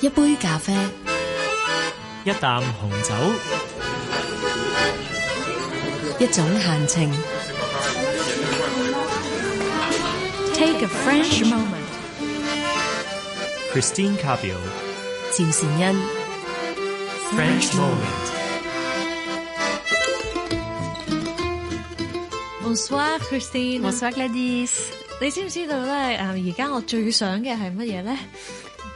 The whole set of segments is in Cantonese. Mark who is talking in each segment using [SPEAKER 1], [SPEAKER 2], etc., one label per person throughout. [SPEAKER 1] 一杯咖啡，
[SPEAKER 2] 一啖紅酒，
[SPEAKER 1] 一種閒情。
[SPEAKER 3] Take a French moment.
[SPEAKER 2] Christine Cabio
[SPEAKER 1] 趙善恩
[SPEAKER 2] French Moment。
[SPEAKER 3] Bonsoir Christine。
[SPEAKER 4] Bonsoir Gladys，
[SPEAKER 3] 你知唔知道咧？誒，而家我最想嘅係乜嘢咧？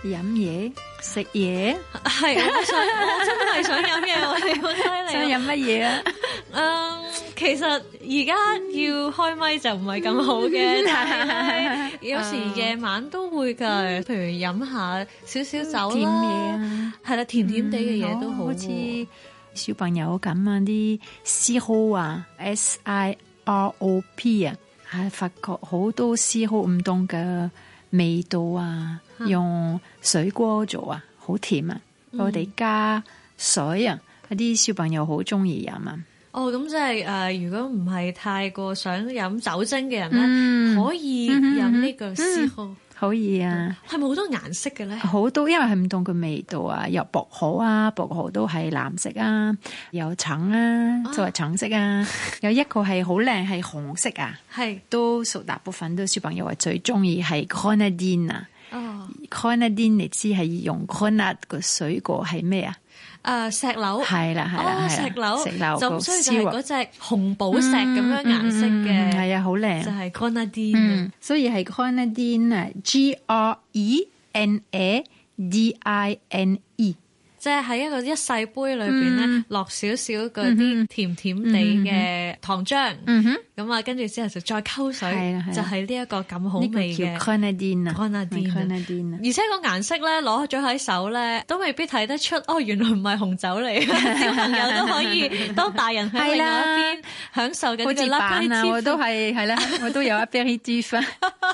[SPEAKER 4] 飲嘢食嘢，
[SPEAKER 3] 係，啊我想，我真係想飲嘢喎，你好犀
[SPEAKER 4] 想
[SPEAKER 3] 利啊。
[SPEAKER 4] 飲乜嘢 啊？
[SPEAKER 3] 嗯，其實而家要開咪就唔係咁好嘅， 但係咧有時夜晚都會㗎，譬如飲下少少酒
[SPEAKER 4] 甜嘢
[SPEAKER 3] 啦，
[SPEAKER 4] 啊，
[SPEAKER 3] 係啦，甜甜地嘅嘢都好
[SPEAKER 4] 嗯好
[SPEAKER 3] 喎。
[SPEAKER 4] 似小朋友咁啊，啲 sirop 啊，S I R O P 啊，係法國好多 sirop 唔同嘅味道啊，用水果做啊，好甜啊，
[SPEAKER 3] 嗯
[SPEAKER 4] 我哋加水啊，啲小朋友好中意飲啊。
[SPEAKER 3] 哦，咁即係誒、呃如果唔係太過想飲酒精嘅人咧，
[SPEAKER 4] 嗯
[SPEAKER 3] 可以飲呢個思號，
[SPEAKER 4] 可以啊，
[SPEAKER 3] 係咪好多顏色嘅咧？
[SPEAKER 4] 好多因為係唔同嘅味道啊，有薄荷啊，薄荷都係藍色啊，有橙啊，就係橙色 啊，有一個係好靚係紅色啊，
[SPEAKER 3] 係
[SPEAKER 4] 都數大部分都小朋友係最中意係 grenadine 啊
[SPEAKER 3] 哦，
[SPEAKER 4] ，grenadine 你知係用 grenade 個水果係咩啊？
[SPEAKER 3] 誒、石榴
[SPEAKER 4] 係啦係
[SPEAKER 3] 哦
[SPEAKER 4] 啦
[SPEAKER 3] 石
[SPEAKER 4] 係啦，石
[SPEAKER 3] 榴
[SPEAKER 4] 榴
[SPEAKER 3] 就
[SPEAKER 4] 個
[SPEAKER 3] 所以就係
[SPEAKER 4] syrup
[SPEAKER 3] 嗰隻紅寶石咁樣顏色
[SPEAKER 4] 嗯嗯嗯
[SPEAKER 3] 嘅，
[SPEAKER 4] 係啊，好靚
[SPEAKER 3] 就。係 grenadine 啊
[SPEAKER 4] 嗯，所以係 grenadine 啊，G R E N A D I N E。
[SPEAKER 3] 即係喺一個一細杯裏邊咧，
[SPEAKER 4] 嗯
[SPEAKER 3] 落少少嗰啲甜甜地嘅糖漿，咁啊，跟住之後就再溝
[SPEAKER 4] 嗯係啊
[SPEAKER 3] 水，
[SPEAKER 4] 係啊
[SPEAKER 3] 就係呢一個咁好
[SPEAKER 4] 呢個
[SPEAKER 3] 味
[SPEAKER 4] 叫
[SPEAKER 3] 嘅
[SPEAKER 4] grenadine 啊
[SPEAKER 3] grenadine 啊
[SPEAKER 4] grenadine 啊
[SPEAKER 3] 而且個顏色咧攞咗喺手咧，都未必睇得出哦，原來唔係紅酒嚟，小朋友都可以當大人喺另外一邊享受緊
[SPEAKER 4] 好
[SPEAKER 3] 呢個
[SPEAKER 4] 似
[SPEAKER 3] l
[SPEAKER 4] 扮啊，我都係 係啦，我都有 aperitif 啊，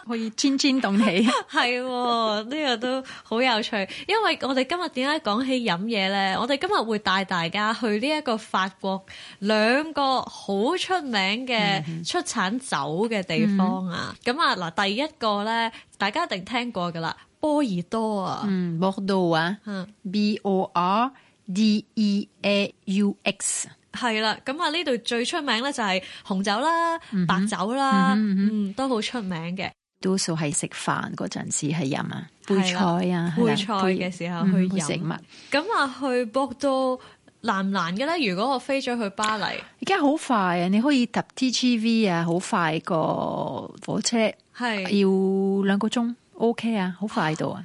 [SPEAKER 4] 可以千千動你。
[SPEAKER 3] 係喎，呢個都好有趣，因為我哋今日點解講起飲嘢呢？我哋今日會帶大家去呢一個法國兩個好出名嘅出產酒嘅地方啊！咁啊嗱，第一個呢，大家一定聽過噶啦，波爾多啊，
[SPEAKER 4] 嗯，Bordeaux 啊
[SPEAKER 3] 嗯
[SPEAKER 4] ，B O R D E A U X，
[SPEAKER 3] 係啦。咁啊呢度最出名呢就係紅酒啦、白酒啦，嗯，都好出名嘅。
[SPEAKER 4] 多數係食飯嗰陣時係飲啊，配
[SPEAKER 3] 係
[SPEAKER 4] 菜
[SPEAKER 3] 啦
[SPEAKER 4] 啊，
[SPEAKER 3] 配
[SPEAKER 4] 係啦
[SPEAKER 3] 菜
[SPEAKER 4] 配
[SPEAKER 3] 嘅時候
[SPEAKER 4] 嗯
[SPEAKER 3] 去
[SPEAKER 4] 配
[SPEAKER 3] 飲
[SPEAKER 4] 食物。
[SPEAKER 3] 咁啊去博到難唔難嘅呢？如果我飛咗去巴黎，
[SPEAKER 4] 而家好快啊，你可以搭 TGV 啊，好快個火車，
[SPEAKER 3] 係
[SPEAKER 4] 要兩個鐘，OK 啊，好快到啊，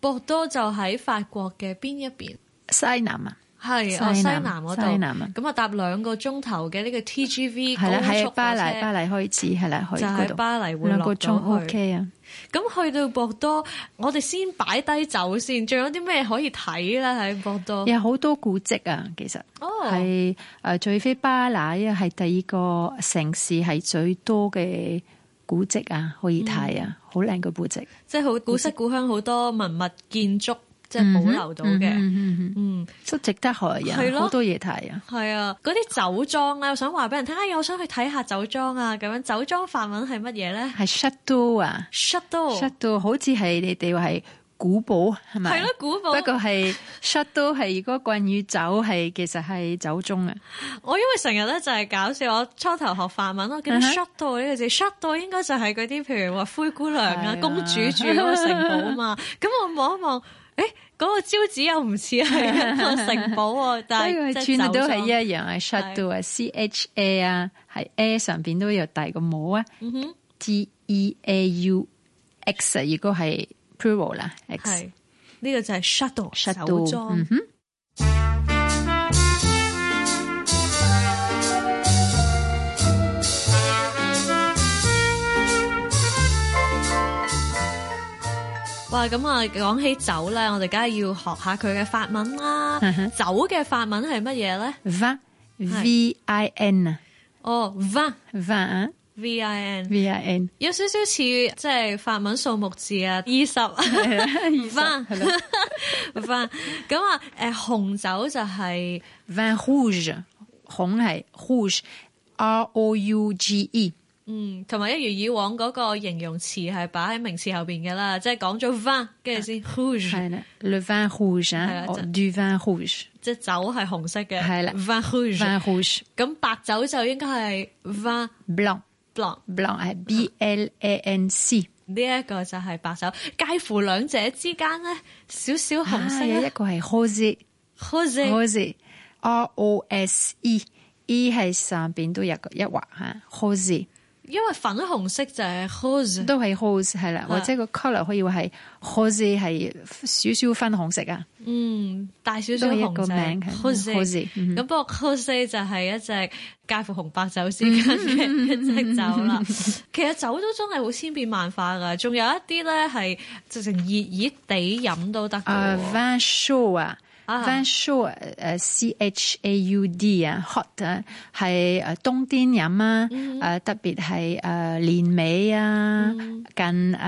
[SPEAKER 3] 博多就喺法國嘅邊一邊，
[SPEAKER 4] 西南啊。
[SPEAKER 3] 係
[SPEAKER 4] 西
[SPEAKER 3] 哦
[SPEAKER 4] 南
[SPEAKER 3] 西南嗰度。
[SPEAKER 4] 西南啊
[SPEAKER 3] 咁啊搭兩個鐘頭嘅呢個 TGV
[SPEAKER 4] 係啦，
[SPEAKER 3] 高
[SPEAKER 4] 喺
[SPEAKER 3] 速
[SPEAKER 4] 巴黎，巴
[SPEAKER 3] 黎
[SPEAKER 4] 黎開始係啦，去
[SPEAKER 3] 就
[SPEAKER 4] 嗰
[SPEAKER 3] 喺
[SPEAKER 4] 度
[SPEAKER 3] 巴黎會
[SPEAKER 4] 兩
[SPEAKER 3] 落
[SPEAKER 4] 個鐘
[SPEAKER 3] 咗去。
[SPEAKER 4] OK 啊。
[SPEAKER 3] 咁去到博多，我哋先擺低酒先，仲有啲咩可以睇咧？喺博多
[SPEAKER 4] 有好多古蹟啊，其實
[SPEAKER 3] 哦
[SPEAKER 4] 係誒，最非巴黎啊，係第二個城市係最多嘅古蹟啊，可
[SPEAKER 3] 嗯
[SPEAKER 4] 以睇啊，好靚嘅古蹟。
[SPEAKER 3] 即係好古色古香，好多文物建築即係保留到嘅。
[SPEAKER 4] 嗯，
[SPEAKER 3] 嗯，
[SPEAKER 4] 都值得去
[SPEAKER 3] 係
[SPEAKER 4] 啊，
[SPEAKER 3] 咯
[SPEAKER 4] 好多嘢睇啊。
[SPEAKER 3] 係啊，嗰啲酒莊咧，我想話俾人聽，哎，我想去睇下酒莊啊，咁樣酒莊法文係乜嘢咧
[SPEAKER 4] 係 Chateau 啊
[SPEAKER 3] Château
[SPEAKER 4] ，Chateau 好似係你哋話係古堡係咪？
[SPEAKER 3] 係咯啊古堡
[SPEAKER 4] 不過係 Chateau 係如果關於酒係其實係酒中啊。
[SPEAKER 3] 我因為成日咧就係搞笑，我初頭學法文，我記得
[SPEAKER 4] 嗯哼
[SPEAKER 3] shut 到呢個字，shut 到應該就係嗰啲譬如話灰姑娘啊
[SPEAKER 4] 係、啊
[SPEAKER 3] 公主住嗰個城堡啊 嘛。咁我望一望，誒嗰個招紙又唔似係一個城堡喎，
[SPEAKER 4] 所
[SPEAKER 3] 但
[SPEAKER 4] 以
[SPEAKER 3] 係即係
[SPEAKER 4] 佢串
[SPEAKER 3] 酒
[SPEAKER 4] 都係
[SPEAKER 3] 莊
[SPEAKER 4] 一樣，係 shadow 啊，C H A 啊，係 A 上邊都有第二個帽啊，T E A U X 啊，如果係 plural 啦，X
[SPEAKER 3] 係呢個就係 shut 到酒
[SPEAKER 4] shadow，嗯
[SPEAKER 3] 莊。
[SPEAKER 4] 哼，
[SPEAKER 3] 哇，咁啊講起酒咧，我哋梗係要學下佢嘅法文啦。
[SPEAKER 4] 嗯
[SPEAKER 3] 酒嘅法文係乜嘢咧？
[SPEAKER 4] vin
[SPEAKER 3] 係
[SPEAKER 4] V I N 啊
[SPEAKER 3] 哦，vin
[SPEAKER 4] ，vin 啊
[SPEAKER 3] v i n，
[SPEAKER 4] V I N
[SPEAKER 3] 有少少似即係法文數目字啊，二十。
[SPEAKER 4] 係啦
[SPEAKER 3] 翻
[SPEAKER 4] 係啦
[SPEAKER 3] 翻咁啊！誒紅酒就係、
[SPEAKER 4] ，vin rouge 紅係 rouge R O U G E
[SPEAKER 3] 嗯，同埋一如以往嗰個形容詞係擺喺名詞後邊嘅啦，即係講咗 vin，跟住先 rouge，
[SPEAKER 4] 係啦，le vin rouge 啊
[SPEAKER 3] 係啦
[SPEAKER 4] ，du vin rouge，vin
[SPEAKER 3] 即係酒係紅色嘅，
[SPEAKER 4] 係啦
[SPEAKER 3] vin rouge。
[SPEAKER 4] Vâng. rouge，blanc
[SPEAKER 3] 咁白酒就應該係 vin blanc，
[SPEAKER 4] blanc 係 b l a n c，
[SPEAKER 3] 呢一個就係白酒。介乎兩者之間咧，少少紅
[SPEAKER 4] 啊
[SPEAKER 3] 色
[SPEAKER 4] 有一
[SPEAKER 3] 咧
[SPEAKER 4] 個係 rosé。
[SPEAKER 3] ，rose
[SPEAKER 4] Rose，R O S E，E 係上邊都有個一畫嚇，Rose
[SPEAKER 3] 因為粉紅色就係 rose。
[SPEAKER 4] E 都係 Rose 係 E，啦，或者個 colour 可以話係 Rose 係 E，少少分紅色啊，
[SPEAKER 3] 嗯，大少少
[SPEAKER 4] 都係一
[SPEAKER 3] 紅
[SPEAKER 4] 個
[SPEAKER 3] 就
[SPEAKER 4] 名
[SPEAKER 3] 係
[SPEAKER 4] 係
[SPEAKER 3] Jose，
[SPEAKER 4] Jose，嗯
[SPEAKER 3] 咁不過 Jose 就係一隻介乎紅白酒 之間嘅一隻酒啦。其實酒都真係好千變萬化㗎，仲有一啲咧係直情熱熱地飲都得㗎
[SPEAKER 4] 啊
[SPEAKER 3] 喎。
[SPEAKER 4] ，Van Shaw 啊。
[SPEAKER 3] 哦啊
[SPEAKER 4] Van Shaw 誒 C H A U D 啊，hot 啊，係誒冬天飲啊，
[SPEAKER 3] 嗯
[SPEAKER 4] 誒特別係誒年尾啊，
[SPEAKER 3] 嗯
[SPEAKER 4] 近誒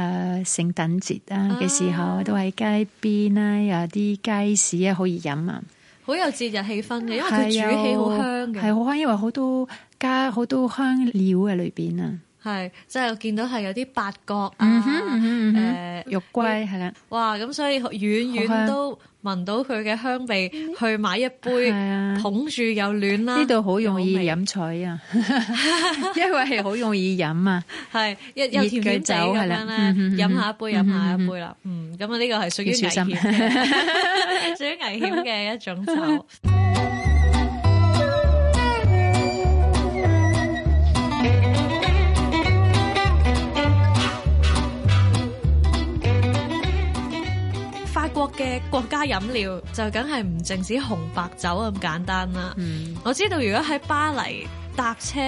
[SPEAKER 4] 聖誕節啊嘅時候，都喺街邊啊，有啲街市啊可以飲啊。
[SPEAKER 3] 好有節日氣氛嘅，因為佢煮起好香嘅，
[SPEAKER 4] 係好啊香，因為好多加好多香料喺裏邊啊，
[SPEAKER 3] 係即係我見到係有啲八角
[SPEAKER 4] 嗯
[SPEAKER 3] 啊，誒
[SPEAKER 4] 肉桂係啦，
[SPEAKER 3] 哇！咁所以遠
[SPEAKER 4] 好
[SPEAKER 3] 遠
[SPEAKER 4] 香嗯
[SPEAKER 3] 都聞到佢嘅香味，去買一杯
[SPEAKER 4] 係啊
[SPEAKER 3] 捧啊住又暖啦。
[SPEAKER 4] 呢度好容易
[SPEAKER 3] 有味
[SPEAKER 4] 飲 水啊， 因為係好容易飲啊，
[SPEAKER 3] 係又又甜甜地咁樣
[SPEAKER 4] 熱嘅酒係啦嗯嗯嗯
[SPEAKER 3] 咧，飲下一杯，飲下一杯啦。嗯，咁啊呢個係屬於危
[SPEAKER 4] 要小
[SPEAKER 3] 險
[SPEAKER 4] 心
[SPEAKER 3] 嘅， 屬於危險嘅一種酒。法國嘅國家飲料就梗係唔淨止紅白酒咁簡單啦。
[SPEAKER 4] 嗯
[SPEAKER 3] 我知道如果喺巴黎搭車，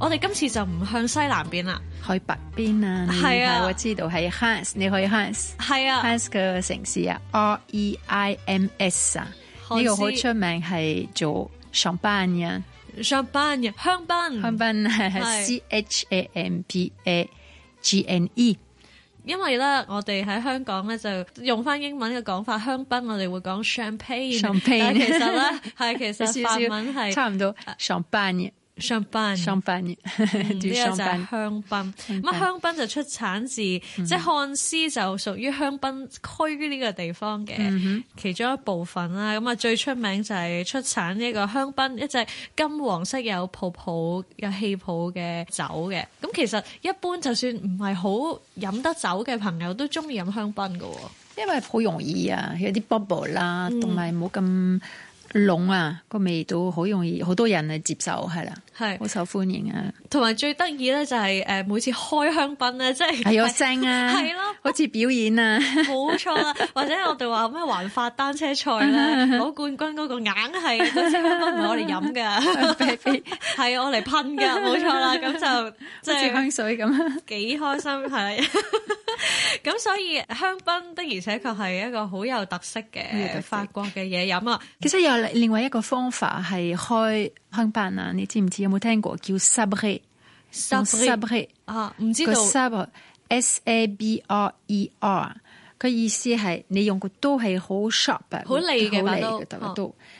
[SPEAKER 3] 我哋今次就唔向西南邊啦，
[SPEAKER 4] 去北邊啊，
[SPEAKER 3] 係啊
[SPEAKER 4] 我知道係 Hans，你去 Hans，Hans
[SPEAKER 3] 係啊。
[SPEAKER 4] 嘅城市啊，R E I M S 啊，
[SPEAKER 3] 漢斯
[SPEAKER 4] 呢個好出名係做 champagne 啊，
[SPEAKER 3] 上班嘅香檳，
[SPEAKER 4] 香檳
[SPEAKER 3] 嗯係
[SPEAKER 4] 係 C H A M P A G N E。
[SPEAKER 3] 因為咧，我哋喺香港咧就用翻英文嘅講法，香檳我哋會講 champagne，
[SPEAKER 4] Champagne
[SPEAKER 3] 但係其實咧係其實法文
[SPEAKER 4] 少少
[SPEAKER 3] 係
[SPEAKER 4] 差唔多 champagne。
[SPEAKER 3] champagne。
[SPEAKER 4] champagne
[SPEAKER 3] 嗯呢個
[SPEAKER 4] du
[SPEAKER 3] 就係
[SPEAKER 4] champagne
[SPEAKER 3] 香檳，咁啊
[SPEAKER 4] 檳
[SPEAKER 3] 香檳就出產自即係漢斯就屬於香檳區呢個地方嘅其中一部分啦。咁啊最出名就係出產呢個香檳，一隻金黃色有泡泡有氣泡嘅酒嘅。咁其實一般就算唔係好飲得酒嘅朋友都中意飲香檳㗎喎。
[SPEAKER 4] 因為好容易啊，有啲 bubble 啦，
[SPEAKER 3] 嗯
[SPEAKER 4] 同埋冇咁濃啊，個味道好容易，好多人嚟接受係啦，
[SPEAKER 3] 係
[SPEAKER 4] 好受歡迎啊，
[SPEAKER 3] 同埋最得意咧就係誒每次開香檳咧，即係
[SPEAKER 4] 係有聲啊，
[SPEAKER 3] 係咯
[SPEAKER 4] 好似表 演啊，
[SPEAKER 3] 冇錯啦，或者我哋話咩環法單車賽 咧，攞冠軍嗰個硬係嗰支香檳唔係我哋飲 㗎，係我嚟噴㗎，冇錯啦，咁就即
[SPEAKER 4] 好似
[SPEAKER 3] 係
[SPEAKER 4] 香 水咁，啊
[SPEAKER 3] 幾開心係。 咁所以香檳的而且確係一個好有特色
[SPEAKER 4] 好有特
[SPEAKER 3] 嘅
[SPEAKER 4] 色
[SPEAKER 3] 法國嘅嘢飲啊，
[SPEAKER 4] 其實有另外一個方法係開香檳啊，你知唔知有冇聽過叫 sabre？
[SPEAKER 3] 十
[SPEAKER 4] 用 sabre
[SPEAKER 3] 啊，唔知
[SPEAKER 4] 個
[SPEAKER 3] 道
[SPEAKER 4] sabre S A B R E R，佢意思係你用個刀係好 sharp 啊，
[SPEAKER 3] 好利嘅把
[SPEAKER 4] 好利
[SPEAKER 3] 刀
[SPEAKER 4] 嘅把
[SPEAKER 3] 哦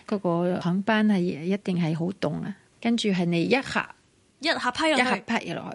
[SPEAKER 4] 刀，嗰個響班係一定係好凍啊，跟住係你一下
[SPEAKER 3] 一下批
[SPEAKER 4] 一
[SPEAKER 3] 落
[SPEAKER 4] 下
[SPEAKER 3] 去，
[SPEAKER 4] 拍入落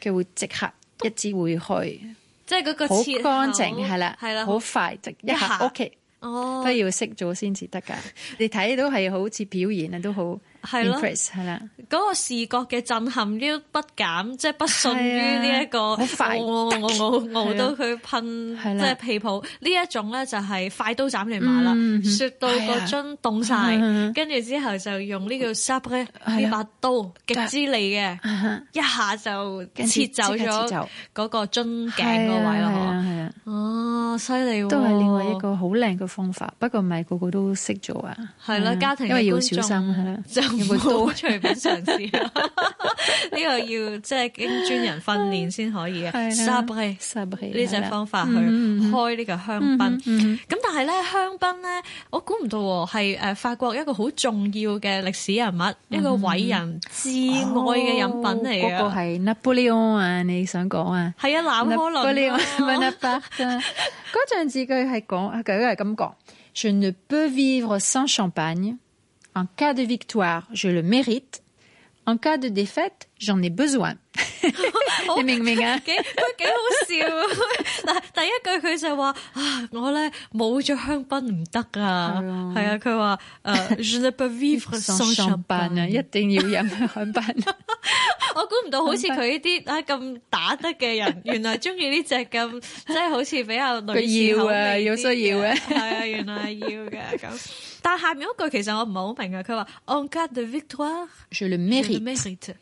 [SPEAKER 4] 去，佢會即刻一支會去，
[SPEAKER 3] 即係嗰個
[SPEAKER 4] 好
[SPEAKER 3] 切
[SPEAKER 4] 乾
[SPEAKER 3] 口
[SPEAKER 4] 淨係啦，
[SPEAKER 3] 係啦，
[SPEAKER 4] 好快即
[SPEAKER 3] 一
[SPEAKER 4] 一
[SPEAKER 3] 下
[SPEAKER 4] 下 OK。
[SPEAKER 3] 哦
[SPEAKER 4] 都要熄咗先至得㗎， 你睇到係好似表演啊，都好
[SPEAKER 3] 係咯
[SPEAKER 4] impress 係啦。
[SPEAKER 3] 嗰個視覺嘅震撼都不減，即係不遜於呢一個
[SPEAKER 4] 係啊好快啊
[SPEAKER 3] 我我我我熬到佢噴
[SPEAKER 4] 係
[SPEAKER 3] 即
[SPEAKER 4] 啦
[SPEAKER 3] 係屁泡呢一種咧，就係快刀斬亂麻啦，
[SPEAKER 4] 嗯嗯
[SPEAKER 3] 雪到個樽凍晒
[SPEAKER 4] 係啊，
[SPEAKER 3] 跟住之後就用呢個 sabre
[SPEAKER 4] 啊
[SPEAKER 3] 呢把刀極之利嘅，
[SPEAKER 4] 啊哈
[SPEAKER 3] 一下就
[SPEAKER 4] 跟住
[SPEAKER 3] 切走
[SPEAKER 4] 即刻切
[SPEAKER 3] 咗
[SPEAKER 4] 走
[SPEAKER 3] 嗰個樽頸
[SPEAKER 4] 係
[SPEAKER 3] 個位
[SPEAKER 4] 啊係
[SPEAKER 3] 咯。
[SPEAKER 4] 啊係啊。
[SPEAKER 3] 哦，犀利喎！
[SPEAKER 4] 都係另外一個好靚嘅方法，不過唔係個個都識做啊。
[SPEAKER 3] 係啦，
[SPEAKER 4] 嗯
[SPEAKER 3] 家庭嘅
[SPEAKER 4] 因為要
[SPEAKER 3] 觀
[SPEAKER 4] 小
[SPEAKER 3] 眾
[SPEAKER 4] 心係啦，
[SPEAKER 3] 就唔
[SPEAKER 4] 個刀
[SPEAKER 3] 好隨便嘗試。呢 個要即係經專人訓練先可以嘅。啊
[SPEAKER 4] 係啦
[SPEAKER 3] sabre
[SPEAKER 4] sabre
[SPEAKER 3] 呢隻
[SPEAKER 4] 係啦
[SPEAKER 3] 方法去
[SPEAKER 4] 嗯嗯嗯嗯
[SPEAKER 3] 開呢個香檳。咁但係咧，香檳咧，我估唔到喎，係誒法國一個好重要嘅歷史人物，一
[SPEAKER 4] 嗯
[SPEAKER 3] 個偉人至愛嘅飲品嚟
[SPEAKER 4] 哦嗰個
[SPEAKER 3] 嘅。
[SPEAKER 4] 係 Napoleon 啊，你想講啊？
[SPEAKER 3] 係啊，冷可樂
[SPEAKER 4] Napoleon
[SPEAKER 3] 啊
[SPEAKER 4] Bonaparte 啊嗰陣字句係講，佢係咁講：Je ne peux vivre sans champagne. En cas de victoire, je le mérite. En cas de défaite, j'en ai besoin.
[SPEAKER 3] 好
[SPEAKER 4] 你明唔明啊？
[SPEAKER 3] 幾佢幾好笑啊！ 嗱，第一句佢就話啊，我咧冇咗香檳唔得啊，
[SPEAKER 4] 係啊
[SPEAKER 3] 係啊，佢話 誒 je ne peux vivre sans
[SPEAKER 4] 笨啊，
[SPEAKER 3] champagne
[SPEAKER 4] 一定要飲香檳。
[SPEAKER 3] 我估唔到好似佢呢啲啊咁打得嘅 人，原來中意呢只咁，即係好似比較類似
[SPEAKER 4] 佢要啊
[SPEAKER 3] 口味
[SPEAKER 4] 有
[SPEAKER 3] 啲嘅
[SPEAKER 4] 需要啊
[SPEAKER 3] 係啊，原來係要嘅咁。但下面嗰句其實我唔係好明啊，佢話 en cas de victoire
[SPEAKER 4] Je
[SPEAKER 3] je
[SPEAKER 4] le
[SPEAKER 3] le
[SPEAKER 4] mérite。
[SPEAKER 3] mérite，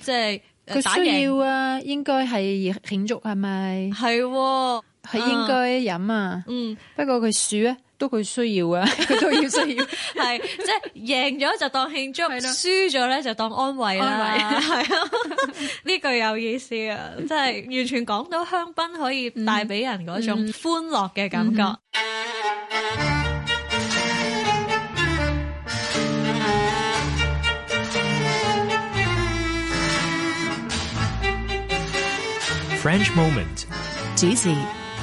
[SPEAKER 3] 即係呃打
[SPEAKER 4] 佢需要
[SPEAKER 3] 贏
[SPEAKER 4] 啊，應該係慶祝係咪？
[SPEAKER 3] 係喎，
[SPEAKER 4] 係應該飲啊。
[SPEAKER 3] 嗯。
[SPEAKER 4] 不過佢鼠咧，都佢需要 啊，佢都要需要。
[SPEAKER 3] 系即系赢咗就當慶祝，
[SPEAKER 4] 係咯
[SPEAKER 3] 輸咗咧就當安慰啦
[SPEAKER 4] 安。
[SPEAKER 3] 係啊， 呢句有意思啊！即係完全講到香檳可以帶俾人嗰種
[SPEAKER 4] 嗯
[SPEAKER 3] 歡樂嘅感覺。
[SPEAKER 2] French Moment
[SPEAKER 1] 主持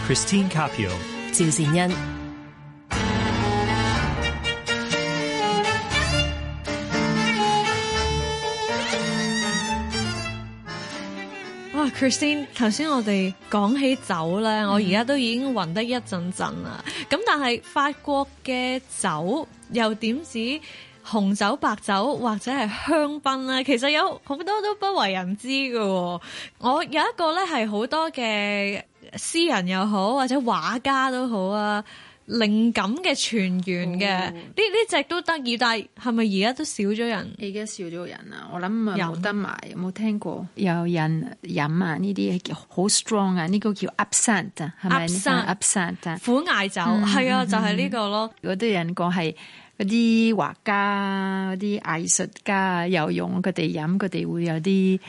[SPEAKER 2] Christine Capio
[SPEAKER 1] 趙善恩，
[SPEAKER 3] 哇，Christine，頭啊先我哋講起酒咧，我
[SPEAKER 4] 嗯
[SPEAKER 3] 而家都已經暈得一陣陣啦。咁但係法國嘅酒又點止紅酒、白酒或者係香檳咧？其實有好多都不為人知嘅喎。我有一個咧係好多嘅詩人又好，或者畫家都好啊。靈感嘅傳源嘅呢
[SPEAKER 4] 哦
[SPEAKER 3] 呢只都得意，但係係咪而家都少咗人？
[SPEAKER 4] 而家少咗人啊，我諗啊
[SPEAKER 3] 飲
[SPEAKER 4] 冇得賣，有冇聽過？有人飲啊，呢啲叫好 strong 啊，呢、個叫 absent 啊，係咪
[SPEAKER 3] Absent
[SPEAKER 4] absent 啊？
[SPEAKER 3] 苦艾酒係
[SPEAKER 4] 嗯
[SPEAKER 3] 啊，就係呢個咯。
[SPEAKER 4] 嗰啲人講係嗰啲畫家、嗰啲藝術家又用佢哋飲，佢哋會有啲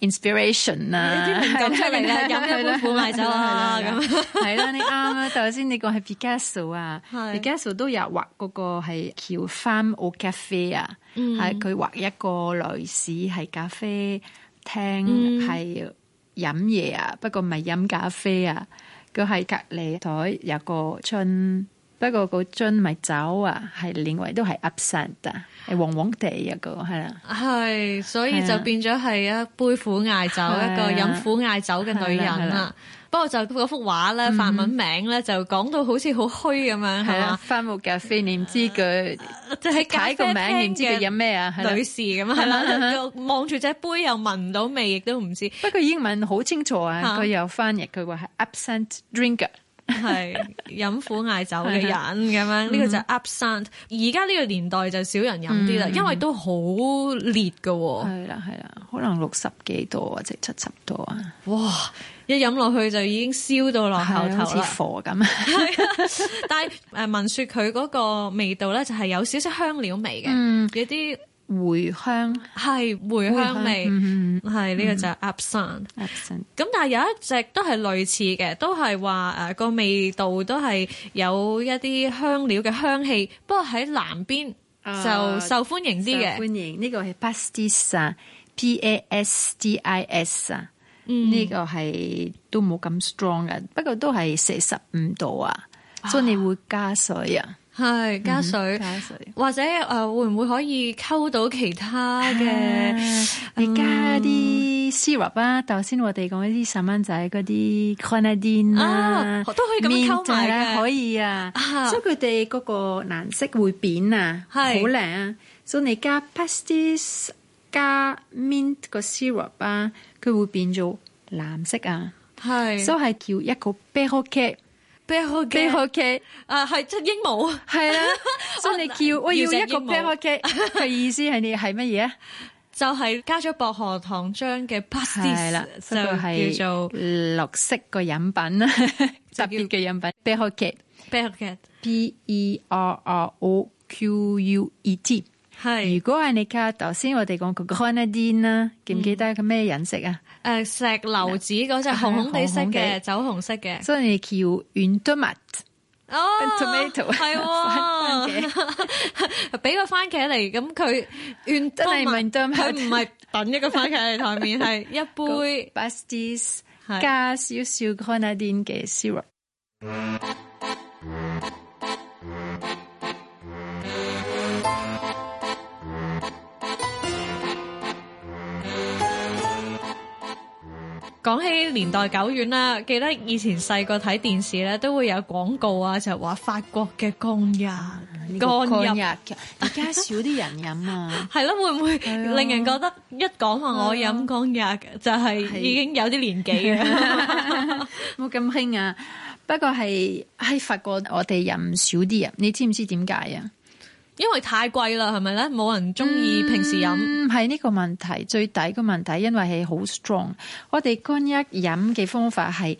[SPEAKER 4] inspiration 啊，
[SPEAKER 3] 有啲靈感出嚟啦
[SPEAKER 4] 係啦
[SPEAKER 3] 飲一杯苦艾酒啊
[SPEAKER 4] 係啦係啦係啦，你啱啊！頭先你講係 Picasso 啊
[SPEAKER 3] 係
[SPEAKER 4] ，Picasso 都有畫嗰個係喬帆奧咖啡啊，
[SPEAKER 3] 嗯
[SPEAKER 4] 係佢畫一個女士係咖啡廳
[SPEAKER 3] 嗯
[SPEAKER 4] 係飲嘢啊，不過唔係飲咖啡啊，佢係隔離台有個樽，不過個樽咪酒啊，係另外都係 absent 啊，係黃黃地啊個係啦，
[SPEAKER 3] 係，所以
[SPEAKER 4] 係啊
[SPEAKER 3] 就變咗係一杯苦艾酒，
[SPEAKER 4] 係
[SPEAKER 3] 一個飲苦艾酒嘅女
[SPEAKER 4] 係啦係
[SPEAKER 3] 人啦
[SPEAKER 4] 啦。
[SPEAKER 3] 不過就嗰幅畫咧，法文名咧就講到好似好虛咁樣，係
[SPEAKER 4] 係啦，
[SPEAKER 3] 嘛？
[SPEAKER 4] 翻冇咖啡你唔知佢
[SPEAKER 3] 就係咖啡
[SPEAKER 4] 睇個名你唔知佢飲
[SPEAKER 3] 廳
[SPEAKER 4] 咩啊，係
[SPEAKER 3] 嘅女
[SPEAKER 4] 啦。
[SPEAKER 3] 士咁樣係啦，就望住隻杯又聞唔到味，亦都唔知
[SPEAKER 4] 不過英文好清楚啊，
[SPEAKER 3] 嚇
[SPEAKER 4] 佢有翻譯，佢話係 absent drinker。
[SPEAKER 3] 係飲苦艾酒嘅
[SPEAKER 4] 係
[SPEAKER 3] 人咁樣。
[SPEAKER 4] 啊
[SPEAKER 3] 呢個就係 absent。而家呢個年代就少人飲啲
[SPEAKER 4] 嗯
[SPEAKER 3] 啦，因為都好烈㗎喎。
[SPEAKER 4] 係啦係啦，可能六十幾度或者七十度啊，
[SPEAKER 3] 哇！一飲落去就已經燒到落
[SPEAKER 4] 係
[SPEAKER 3] 後
[SPEAKER 4] 啊好
[SPEAKER 3] 哦頭
[SPEAKER 4] 似
[SPEAKER 3] 啦。
[SPEAKER 4] 火咁。
[SPEAKER 3] 但係誒聞說佢嗰個味道咧，就係有少少香料味嘅，
[SPEAKER 4] 嗯
[SPEAKER 3] 有啲
[SPEAKER 4] 回香
[SPEAKER 3] 係茴香味，
[SPEAKER 4] 嗯
[SPEAKER 3] 係呢、個就係 absent。
[SPEAKER 4] absent
[SPEAKER 3] 咁但係有一隻都係類似嘅，都係話誒個味道都係有一啲香料嘅香氣，不過喺南邊
[SPEAKER 4] 啊
[SPEAKER 3] 就受歡迎啲嘅。
[SPEAKER 4] 歡迎呢個係 pastis 啊，p a s t i s 啊，
[SPEAKER 3] 嗯
[SPEAKER 4] 呢個係都冇咁 strong 嘅，不過都係四十五度啊，所以你會加水啊，
[SPEAKER 3] 係加水，
[SPEAKER 4] 加水
[SPEAKER 3] 或者誒、呃、會唔會可以溝到 其他
[SPEAKER 4] 嘅
[SPEAKER 3] 嘅？，
[SPEAKER 4] 你加啲 syrup 啊，頭先我哋講啲細蚊仔嗰啲 grenadine
[SPEAKER 3] 啊
[SPEAKER 4] 啊，
[SPEAKER 3] 都可以咁樣溝埋嘅
[SPEAKER 4] mint 啊可以啊
[SPEAKER 3] 啊，
[SPEAKER 4] 所以佢哋嗰個顏色會變啊，好
[SPEAKER 3] 係
[SPEAKER 4] 靚啊，所以你加 pastis 加 mint 個 syrup 啊，佢會變做藍色啊，
[SPEAKER 3] 係
[SPEAKER 4] 所以係叫一個 b e r o q u e t
[SPEAKER 3] 啤殼
[SPEAKER 4] b e r
[SPEAKER 3] 嘅
[SPEAKER 4] o q u e t
[SPEAKER 3] 誒係即係鸚鵡。
[SPEAKER 4] 係啦，所以你叫我要一個
[SPEAKER 3] 要隻鸚鵡
[SPEAKER 4] b e r o q u e t 嘅意思係你係乜嘢啊？
[SPEAKER 3] 就係加咗薄荷糖漿嘅 pastis，
[SPEAKER 4] 係啦，不過
[SPEAKER 3] 就
[SPEAKER 4] 係
[SPEAKER 3] 叫做
[SPEAKER 4] 綠色個飲 品啦，特別嘅飲品 b e r o q u e t
[SPEAKER 3] b e l g a t
[SPEAKER 4] P E R R O Q U E T。如
[SPEAKER 3] 係
[SPEAKER 4] 果係你卡頭先，我哋講個 grenadine 啦，記唔記得佢咩顏色啊？
[SPEAKER 3] 誒石榴子嗰只紅紅地色嘅，
[SPEAKER 4] 紅紅地
[SPEAKER 3] 酒紅色嘅，
[SPEAKER 4] 所以你叫 un tomat
[SPEAKER 3] 哦
[SPEAKER 4] tomato
[SPEAKER 3] 係
[SPEAKER 4] 番番
[SPEAKER 3] 喎，俾個番茄嚟，咁佢原
[SPEAKER 4] 真係
[SPEAKER 3] 唔
[SPEAKER 4] 唔係當
[SPEAKER 3] 佢唔係等一個番茄喺台 面，係一杯
[SPEAKER 4] pastis
[SPEAKER 3] 係
[SPEAKER 4] 加少少 grenadine 嘅 syrup。
[SPEAKER 3] 講起年代久遠啦，記得以前細個睇電視咧，都會有廣告啊，就係話法國嘅干呀，
[SPEAKER 4] 呢
[SPEAKER 3] 干
[SPEAKER 4] 個干
[SPEAKER 3] 邑。。
[SPEAKER 4] 邑嘅而家少啲人飲啊
[SPEAKER 3] 係咯，會唔會
[SPEAKER 4] 係啊
[SPEAKER 3] 令人覺得一講話我飲干邑就係
[SPEAKER 4] 係
[SPEAKER 3] 已經有啲年紀 嘅？
[SPEAKER 4] 冇咁興啊！不過係喺法國，我哋飲少啲啊！你知唔知點解啊？
[SPEAKER 3] 因為太貴啦，係咪咧？冇人中意平時飲。
[SPEAKER 4] 唔嗯係呢個問題，最大嘅問題，因為係好 strong。我哋干邑飲嘅方法係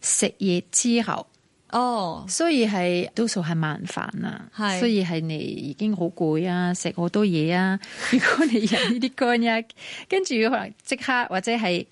[SPEAKER 4] 食嘢之後，
[SPEAKER 3] 哦，
[SPEAKER 4] 所以係多數係慢飯啊，
[SPEAKER 3] 係
[SPEAKER 4] 所以係你已經好攰啊，食好多嘢啊。 如果你飲呢啲干邑，跟住可能即刻或者係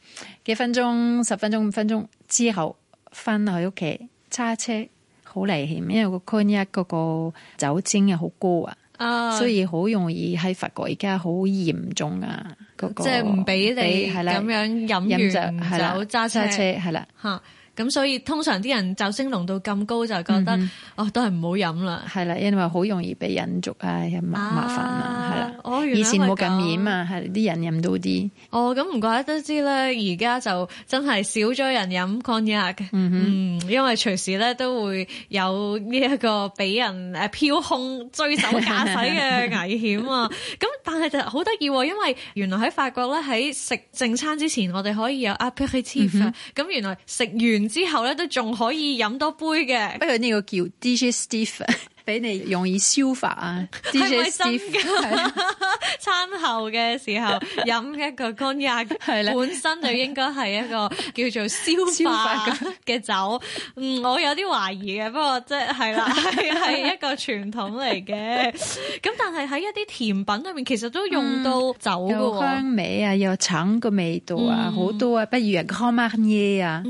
[SPEAKER 4] 幾分鐘、十分鐘、五分鐘之後翻去屋企揸車，好危險，因為個干邑嗰個酒精啊好高啊。
[SPEAKER 3] 啊，
[SPEAKER 4] 所以好容易喺法國而家好嚴重啊！嗰、個
[SPEAKER 3] 即係唔俾你
[SPEAKER 4] 係啦
[SPEAKER 3] 咁樣
[SPEAKER 4] 飲
[SPEAKER 3] 飲完
[SPEAKER 4] 係啦
[SPEAKER 3] 酒揸車
[SPEAKER 4] 揸車係啦，
[SPEAKER 3] 嚇。咁所以通常啲人酒精濃度咁高就覺
[SPEAKER 4] 嗯
[SPEAKER 3] 得哦，都係唔好飲啦。
[SPEAKER 4] 係啦，因為好容易俾引dục啊，麻麻煩啊，係啦、
[SPEAKER 3] 哦原來
[SPEAKER 4] 以前冇
[SPEAKER 3] 係
[SPEAKER 4] 咁
[SPEAKER 3] 咁
[SPEAKER 4] 嚴啊，係啲人飲到啲，
[SPEAKER 3] 哦，咁唔怪得知咧，而家就真係少咗人飲 cognac 嘅，嗯，因為隨時咧都會有呢一個俾人誒飄控追手駕駛嘅危險啊！咁但係就好得意喎，因為原來喺法國咧喺食正餐之前，我哋可以有 aperitif 啊咁原來食完之後咧都仲可以飲多杯嘅。
[SPEAKER 4] 不過呢個叫 digestive，俾啊 你容易消 化啊
[SPEAKER 3] 係咪真
[SPEAKER 4] ，digestive
[SPEAKER 3] 㗎？
[SPEAKER 4] 啊
[SPEAKER 3] 餐後嘅時 候飲一個 cognac，
[SPEAKER 4] 係啦
[SPEAKER 3] 本身就應該係一 個叫做消化
[SPEAKER 4] 消
[SPEAKER 3] 嘅酒。嗯，我有啲懷疑嘅，不過即係係 啦，係係一個傳統嚟嘅。咁但係喺一啲甜品裏面，其實都用到酒嘅
[SPEAKER 4] 嗯有
[SPEAKER 3] 喎。嗯
[SPEAKER 4] 香味啊，有橙嘅味道啊，好、多啊，不如 Grand Marnier 啊，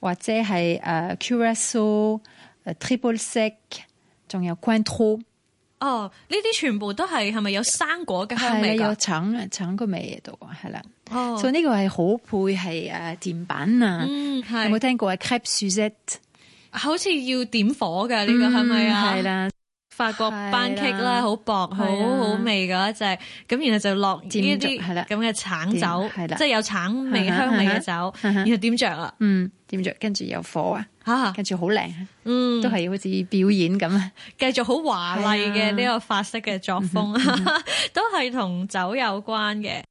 [SPEAKER 4] 或者係誒 Curacao、誒 Triple Sec，仲有 Cointreau。
[SPEAKER 3] 哦，呢啲全部都係係咪有生果嘅香
[SPEAKER 4] 係
[SPEAKER 3] 味
[SPEAKER 4] 啦，有
[SPEAKER 3] 㗎？
[SPEAKER 4] 橙啊，橙個味喺度啊，係啦，
[SPEAKER 3] 哦
[SPEAKER 4] 所以呢個係好配係誒甜品啊。
[SPEAKER 3] 嗯，
[SPEAKER 4] 有冇
[SPEAKER 3] 係，
[SPEAKER 4] 聽過啊 crêpe Suzette？
[SPEAKER 3] 好似要點火嘅呢個係咪啊？
[SPEAKER 4] 係嗯啦，
[SPEAKER 3] 法國班戟
[SPEAKER 4] 係
[SPEAKER 3] 啦，
[SPEAKER 4] 啦
[SPEAKER 3] 好薄，好
[SPEAKER 4] 係啊
[SPEAKER 3] 好味㗎一隻，咁然後就落呢
[SPEAKER 4] 沾
[SPEAKER 3] 啲
[SPEAKER 4] 咗係啦
[SPEAKER 3] 咁嘅橙
[SPEAKER 4] 點
[SPEAKER 3] 酒，
[SPEAKER 4] 係啦
[SPEAKER 3] 即係有橙味
[SPEAKER 4] 嗯哼
[SPEAKER 3] 香味嘅
[SPEAKER 4] 嗯哼
[SPEAKER 3] 酒，
[SPEAKER 4] 嗯哼
[SPEAKER 3] 然後點着啦，
[SPEAKER 4] 嗯，點着跟住有火啊，
[SPEAKER 3] 嚇，
[SPEAKER 4] 跟住好靚啊，
[SPEAKER 3] 嗯，
[SPEAKER 4] 都係好啊似表演咁啊。
[SPEAKER 3] 繼續好華麗嘅呢個法式嘅作
[SPEAKER 4] 嗯
[SPEAKER 3] 風，啊 都係同酒有關嘅。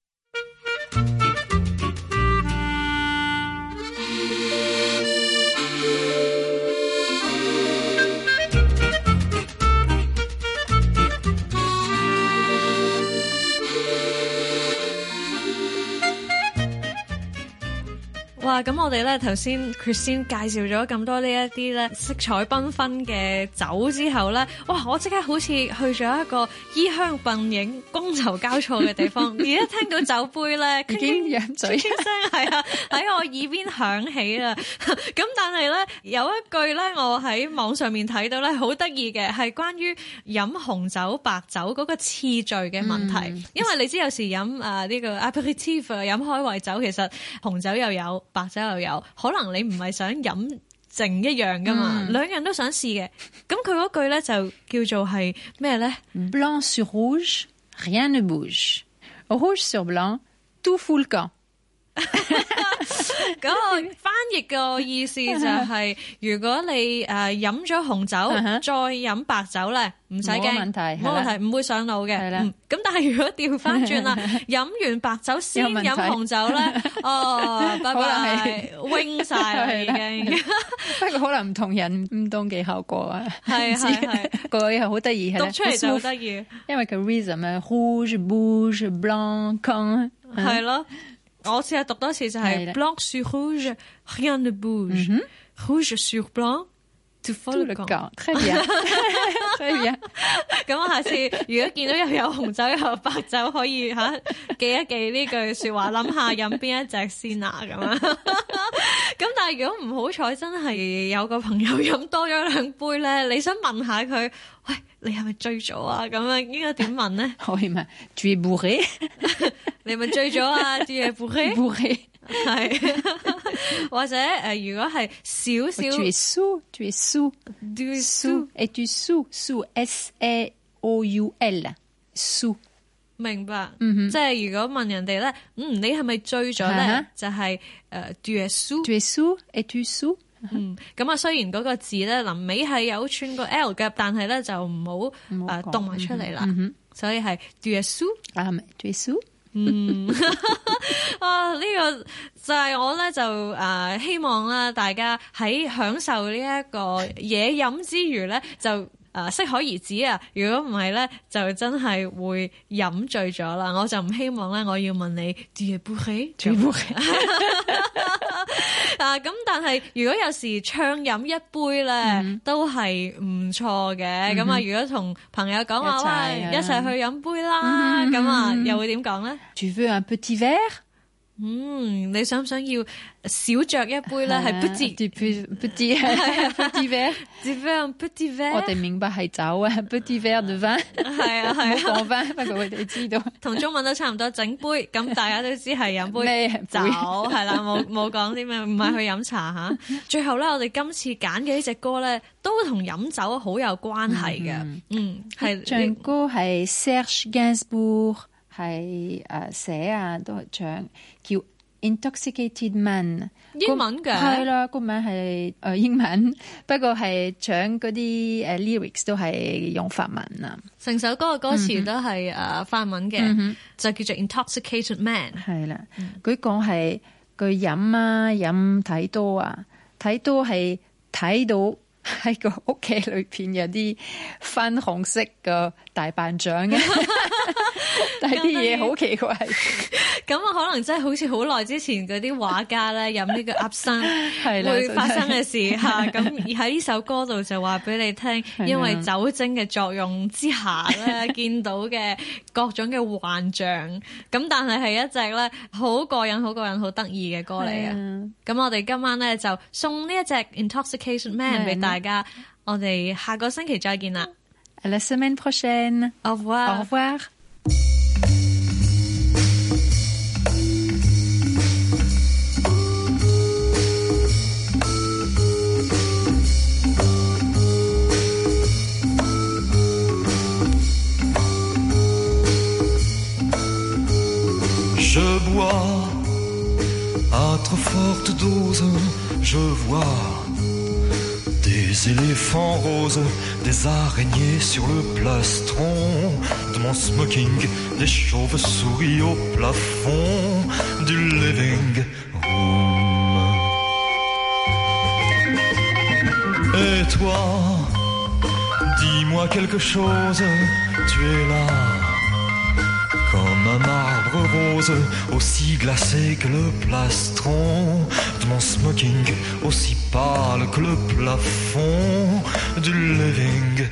[SPEAKER 3] 哇！咁我哋咧頭先 Christine 介紹咗咁多呢一啲咧色彩繽紛嘅酒之後咧，哇！我即刻好似去咗一個衣香鬢影、觥籌交錯嘅地 方，而家聽到酒杯咧，
[SPEAKER 4] 已經飲
[SPEAKER 3] 叮
[SPEAKER 4] 嘴
[SPEAKER 3] 聲係啊，喺我耳邊響起啦。 咁但係咧有一句咧，我喺網上面睇到咧好得意嘅，係關於飲紅酒、白酒嗰個次序嘅問題。因為你知有時飲啊呢個 aperitif 啊飲開胃酒，其實紅酒又有，白酒又有，可能你唔係想飲。淨一樣噶嘛，兩樣都想試嘅。咁佢嗰句咧就叫做係咩咧？
[SPEAKER 4] Blanc sur rouge，rien ne bouge；rouge sur blanc，tout fout le camp。
[SPEAKER 3] 嗰個翻譯嘅意思就係、如果你誒飲咗紅
[SPEAKER 4] 嗯哼
[SPEAKER 3] 酒，再飲白酒咧，唔使驚，
[SPEAKER 4] 冇問題
[SPEAKER 3] 冇
[SPEAKER 4] 係啦
[SPEAKER 3] 問題，唔會上腦嘅。
[SPEAKER 4] 係啦
[SPEAKER 3] 嗯咁但係如果調翻轉 啦，飲完白酒先
[SPEAKER 4] 有問題
[SPEAKER 3] 飲紅酒咧， 哦，拜
[SPEAKER 4] 可能
[SPEAKER 3] 拜
[SPEAKER 4] 係
[SPEAKER 3] ，wing 晒啦已經。
[SPEAKER 4] 不過可能唔同人唔同嘅效果啊。
[SPEAKER 3] 係係係，
[SPEAKER 4] 個係好得意，係
[SPEAKER 3] 讀
[SPEAKER 4] 啦
[SPEAKER 3] 出嚟就好
[SPEAKER 4] 好 smooth，
[SPEAKER 3] 得意，
[SPEAKER 4] 因為佢 rhythm euh, 啊，rouge，bouge，blanc，camp。
[SPEAKER 3] 係咯。我試下讀多次就係
[SPEAKER 4] 係啦 Mm-hmm。
[SPEAKER 3] blanc sur rouge，rien ne bouge，rouge sur blanc，tout
[SPEAKER 4] Tout
[SPEAKER 3] folle
[SPEAKER 4] le
[SPEAKER 3] comme
[SPEAKER 4] camp. Très bien. Très bien.
[SPEAKER 3] 咁我下次如果見到又有紅酒又有白酒，可以嚇、 記一記呢句説話，諗下飲邊一隻先啊咁 樣。咁但係如果唔好彩，真係有個朋友飲多咗兩杯咧，你想問下佢，喂，你係咪醉咗啊？咁樣應該點問 咧？
[SPEAKER 4] Oui, mais Oh, tu es bourré.
[SPEAKER 3] 你係咪醉咗啊？住嘢杯
[SPEAKER 4] Bourré.
[SPEAKER 3] 係， 或者誒、呃如果係少
[SPEAKER 4] Ou
[SPEAKER 3] 少
[SPEAKER 4] tu es sous. Tu es sous.
[SPEAKER 3] do
[SPEAKER 4] E Sous. Es-tu sous? Sous. S-E-O-U-L. Sous.
[SPEAKER 3] 明白，
[SPEAKER 4] 嗯哼
[SPEAKER 3] 即係如果問人哋咧，嗯，你係咪醉咗
[SPEAKER 4] 啊
[SPEAKER 3] 咧
[SPEAKER 4] 哈？
[SPEAKER 3] 就係呃誒 d u s u
[SPEAKER 4] Tu es sous? Es-tu sous?
[SPEAKER 3] 嗯，咁啊，雖然嗰個字咧臨尾係有串個 L 嘅，但係咧就唔好
[SPEAKER 4] 唔好
[SPEAKER 3] 誒
[SPEAKER 4] 講
[SPEAKER 3] 動埋出嚟啦，
[SPEAKER 4] 嗯哼
[SPEAKER 3] 所以係 d u s u
[SPEAKER 4] Ah, mais tu es sous?
[SPEAKER 3] 啊！呢、個就係我咧就誒、呃希望啦，大家喺享受呢一個嘢飲之餘咧，就誒、呃、適可而止啊！如果唔係咧，就真係會飲醉咗啦。我就唔希望咧，我要問你 d u b o u r
[SPEAKER 4] Tu es bourré?
[SPEAKER 3] 啊，咁但係如果有時暢飲一杯咧，都係唔錯嘅。咁啊、如果同朋友講
[SPEAKER 4] 一齊
[SPEAKER 3] 話，
[SPEAKER 4] 啊
[SPEAKER 3] 喂，一齊去飲杯啦，
[SPEAKER 4] 嗯
[SPEAKER 3] 咁啊、
[SPEAKER 4] 嗯
[SPEAKER 3] 又會點講咧？
[SPEAKER 4] Tu veux un petit verre?
[SPEAKER 3] 嗯，你想唔想要少酌一杯咧？係
[SPEAKER 4] Ah,
[SPEAKER 3] 不知
[SPEAKER 4] tu peux- petit, petit verre.
[SPEAKER 3] d e v e r petit v e
[SPEAKER 4] Oh,
[SPEAKER 3] r
[SPEAKER 4] t'es ming bah, hai tao, un petit verre de vin.
[SPEAKER 3] 係 啊
[SPEAKER 4] Mon
[SPEAKER 3] 係啊，
[SPEAKER 4] grand vin, pas que Ah, ouais, t'es dit, donc.
[SPEAKER 3] 同中文都差唔多，整杯咁大家都知係飲杯。
[SPEAKER 4] Mais,
[SPEAKER 3] 酒
[SPEAKER 4] oui.
[SPEAKER 3] 係啦，冇冇講啲咩，唔係去飲茶吓。最後咧，我哋今次揀嘅呢只歌咧，都同飲酒好有關係嘅。嗯，係
[SPEAKER 4] Django 係 Serge Gainsbourg 係誒寫啊都係唱叫 Intoxicated Man
[SPEAKER 3] 英文
[SPEAKER 4] 個
[SPEAKER 3] 嘅
[SPEAKER 4] 係啦，個名係誒英文， 不過係唱嗰啲誒 lyrics 都係用法文啊，
[SPEAKER 3] 成首歌嘅歌
[SPEAKER 4] 嗯
[SPEAKER 3] 詞都係誒法文嘅，就叫做 Intoxicated Man。
[SPEAKER 4] 係啦，
[SPEAKER 3] 嗯
[SPEAKER 4] 佢講係佢飲啊飲睇多啊，睇多係睇到。 喺個屋企裏邊有啲粉紅色嘅大笨象 嘅，但係啲嘢好奇怪。
[SPEAKER 3] 咁啊，可能真係好似好耐之前嗰啲畫家咧飲呢個鴨生
[SPEAKER 4] 係啦
[SPEAKER 3] 會發生嘅事嚇，咁而喺呢首歌度就話俾你聽，
[SPEAKER 4] 啦
[SPEAKER 3] 因為酒精嘅作用之下咧，見到嘅各種嘅幻象，咁但係係一隻咧好過癮、好過癮、好得意嘅歌嚟嘅。
[SPEAKER 4] 啊
[SPEAKER 3] 咁我哋今晚咧就送呢一隻 Intoxication Man
[SPEAKER 4] 啊
[SPEAKER 3] 俾大家，我哋下個星期再見啦。
[SPEAKER 4] À la semaine prochaine.
[SPEAKER 3] Au
[SPEAKER 4] Au
[SPEAKER 3] revoir。
[SPEAKER 4] revoir.
[SPEAKER 5] Je bois à trop forte dose, je vois des éléphants roses, des araignées sur le plastron, de mon smoking, des chauves-souris au plafond, du living room. Et toi, dis-moi quelque chose, tu es là comme un arbre rose, aussi glacé que le plastron de mon smoking, aussi pâle que le plafond du living